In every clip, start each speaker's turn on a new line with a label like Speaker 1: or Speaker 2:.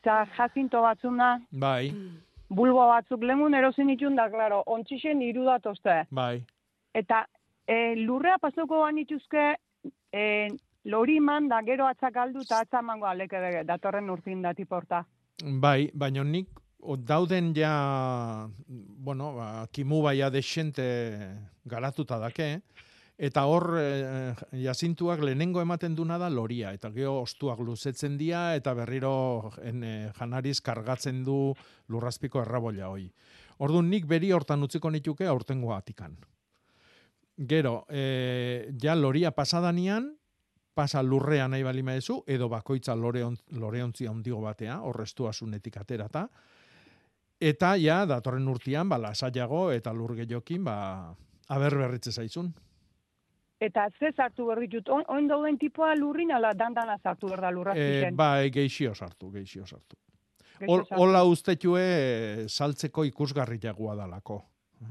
Speaker 1: eta jazinto batzuna,
Speaker 2: Bai,
Speaker 1: bulbo batzuk lengun erosin itun da, klaro, ontxixen iru datozte.
Speaker 2: bai.
Speaker 1: Eta e, lurrea pasoko banituzke e, loriman da gero atzak aldu eta atzamango aleke bege, datorren urtin da tiporta.
Speaker 2: Bai, baina nik o, dauden ja, bueno, ba, kimu baia desente garatuta dake, eta hor eh, jazintuak lehenengo ematen duna da loria, eta gero ostuak luzetzen dira, eta berriro en, eh, janariz kargatzen du lurrazpiko errabolla hoi. Orduan nik beri hortan utziko nituke aurtengo atikan. Gero, eh, ja loria pasadanian, pasa lurrean nahi bali maezu, edo bakoitza lore, on, lore ontzia ondigo batea, horreztu asunetik aterata, eta ja, datorren urtean, ba, lasaiago eta lur gehiokin, ba, aber berritze zaizun. Eh,
Speaker 1: Eta ze sartu behar ditut, oin, oin dauden tipoa lurrin, ala dandana sartu behar da lurra
Speaker 2: E,
Speaker 1: ziren.
Speaker 2: ba, geixio sartu, geixio sartu.
Speaker 1: Gehixo
Speaker 2: Hol-
Speaker 1: sartu,
Speaker 2: Hola ustetue e, saltzeko ikusgarriagoa dalako.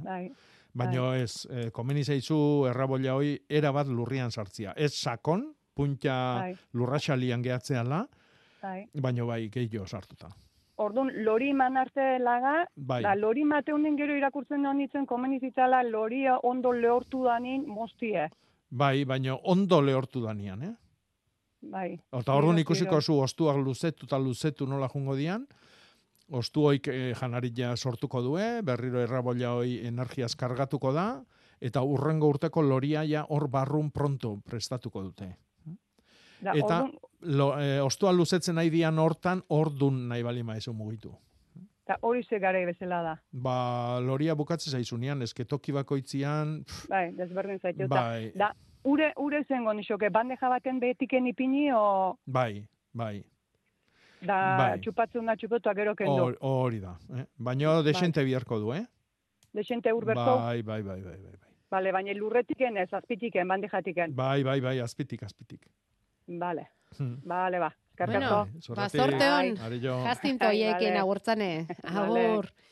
Speaker 1: bai.
Speaker 2: Baina ez, e, komeni zaizu errabolla hoi erabat lurrian sartzia. Ez sakon, punta
Speaker 1: Bai.
Speaker 2: lurraxalian gehatzeala,
Speaker 1: Bai.
Speaker 2: baino bai gehiago sartuta.
Speaker 1: Orduan, lori man arte laga,
Speaker 2: Bai.
Speaker 1: da lori mateunen gero irakurtzen da nintzen komeni zitzala loria ondo lehortu danin mostie.
Speaker 2: Bai, baino ondo lehortu danean, eh?
Speaker 1: Bai.
Speaker 2: Eta orduan
Speaker 1: Gero,
Speaker 2: ikusiko
Speaker 1: gero.
Speaker 2: zu ostuak luzetu eta luzetu nola jungo dian, ostu hoik eh, janaria sortuko due, berriro errabolla hoi energiaz kargatuko da, eta urrengo urteko loria ja hor barrun pronto prestatuko dute.
Speaker 1: Da,
Speaker 2: Eta
Speaker 1: orduan,
Speaker 2: lo, eh, ostua luzetzen nahi dian hortan, ordun nahi bali maizu mugitu.
Speaker 1: da hori ze garai bezala da.
Speaker 2: Ba, loria bukatze zaizunean, ezketoki bakoitzian, pff,
Speaker 1: Bai, desberdin zaitu. Da,
Speaker 2: bai,
Speaker 1: da ure, ure zengo nixoke, bandeja baten betiken ipini, o
Speaker 2: bai, bai.
Speaker 1: da
Speaker 2: Bai.
Speaker 1: txupatzen da txupetua gero kendo.
Speaker 2: Hor- Hori da. Eh? Baina desente biharko du, eh?
Speaker 1: Desente ur bertu,
Speaker 2: Bai, bai, bai, bai, bai. bai.
Speaker 1: bale, baina lurretiken ez, azpitiken, bandejatiken.
Speaker 2: Bai, bai, bai, azpitik, azpitik.
Speaker 1: Bale,
Speaker 2: Hmm.
Speaker 1: bale, ba. Eskerrik
Speaker 2: Bueno,
Speaker 1: asko.
Speaker 2: Bai,
Speaker 3: ba,
Speaker 2: zorrotik.
Speaker 3: zorte hon,
Speaker 2: Arillo.
Speaker 3: jaztinto
Speaker 1: Ai,
Speaker 3: hoiekin
Speaker 1: vale.
Speaker 3: agurtzane.
Speaker 1: Vale.
Speaker 3: Agur.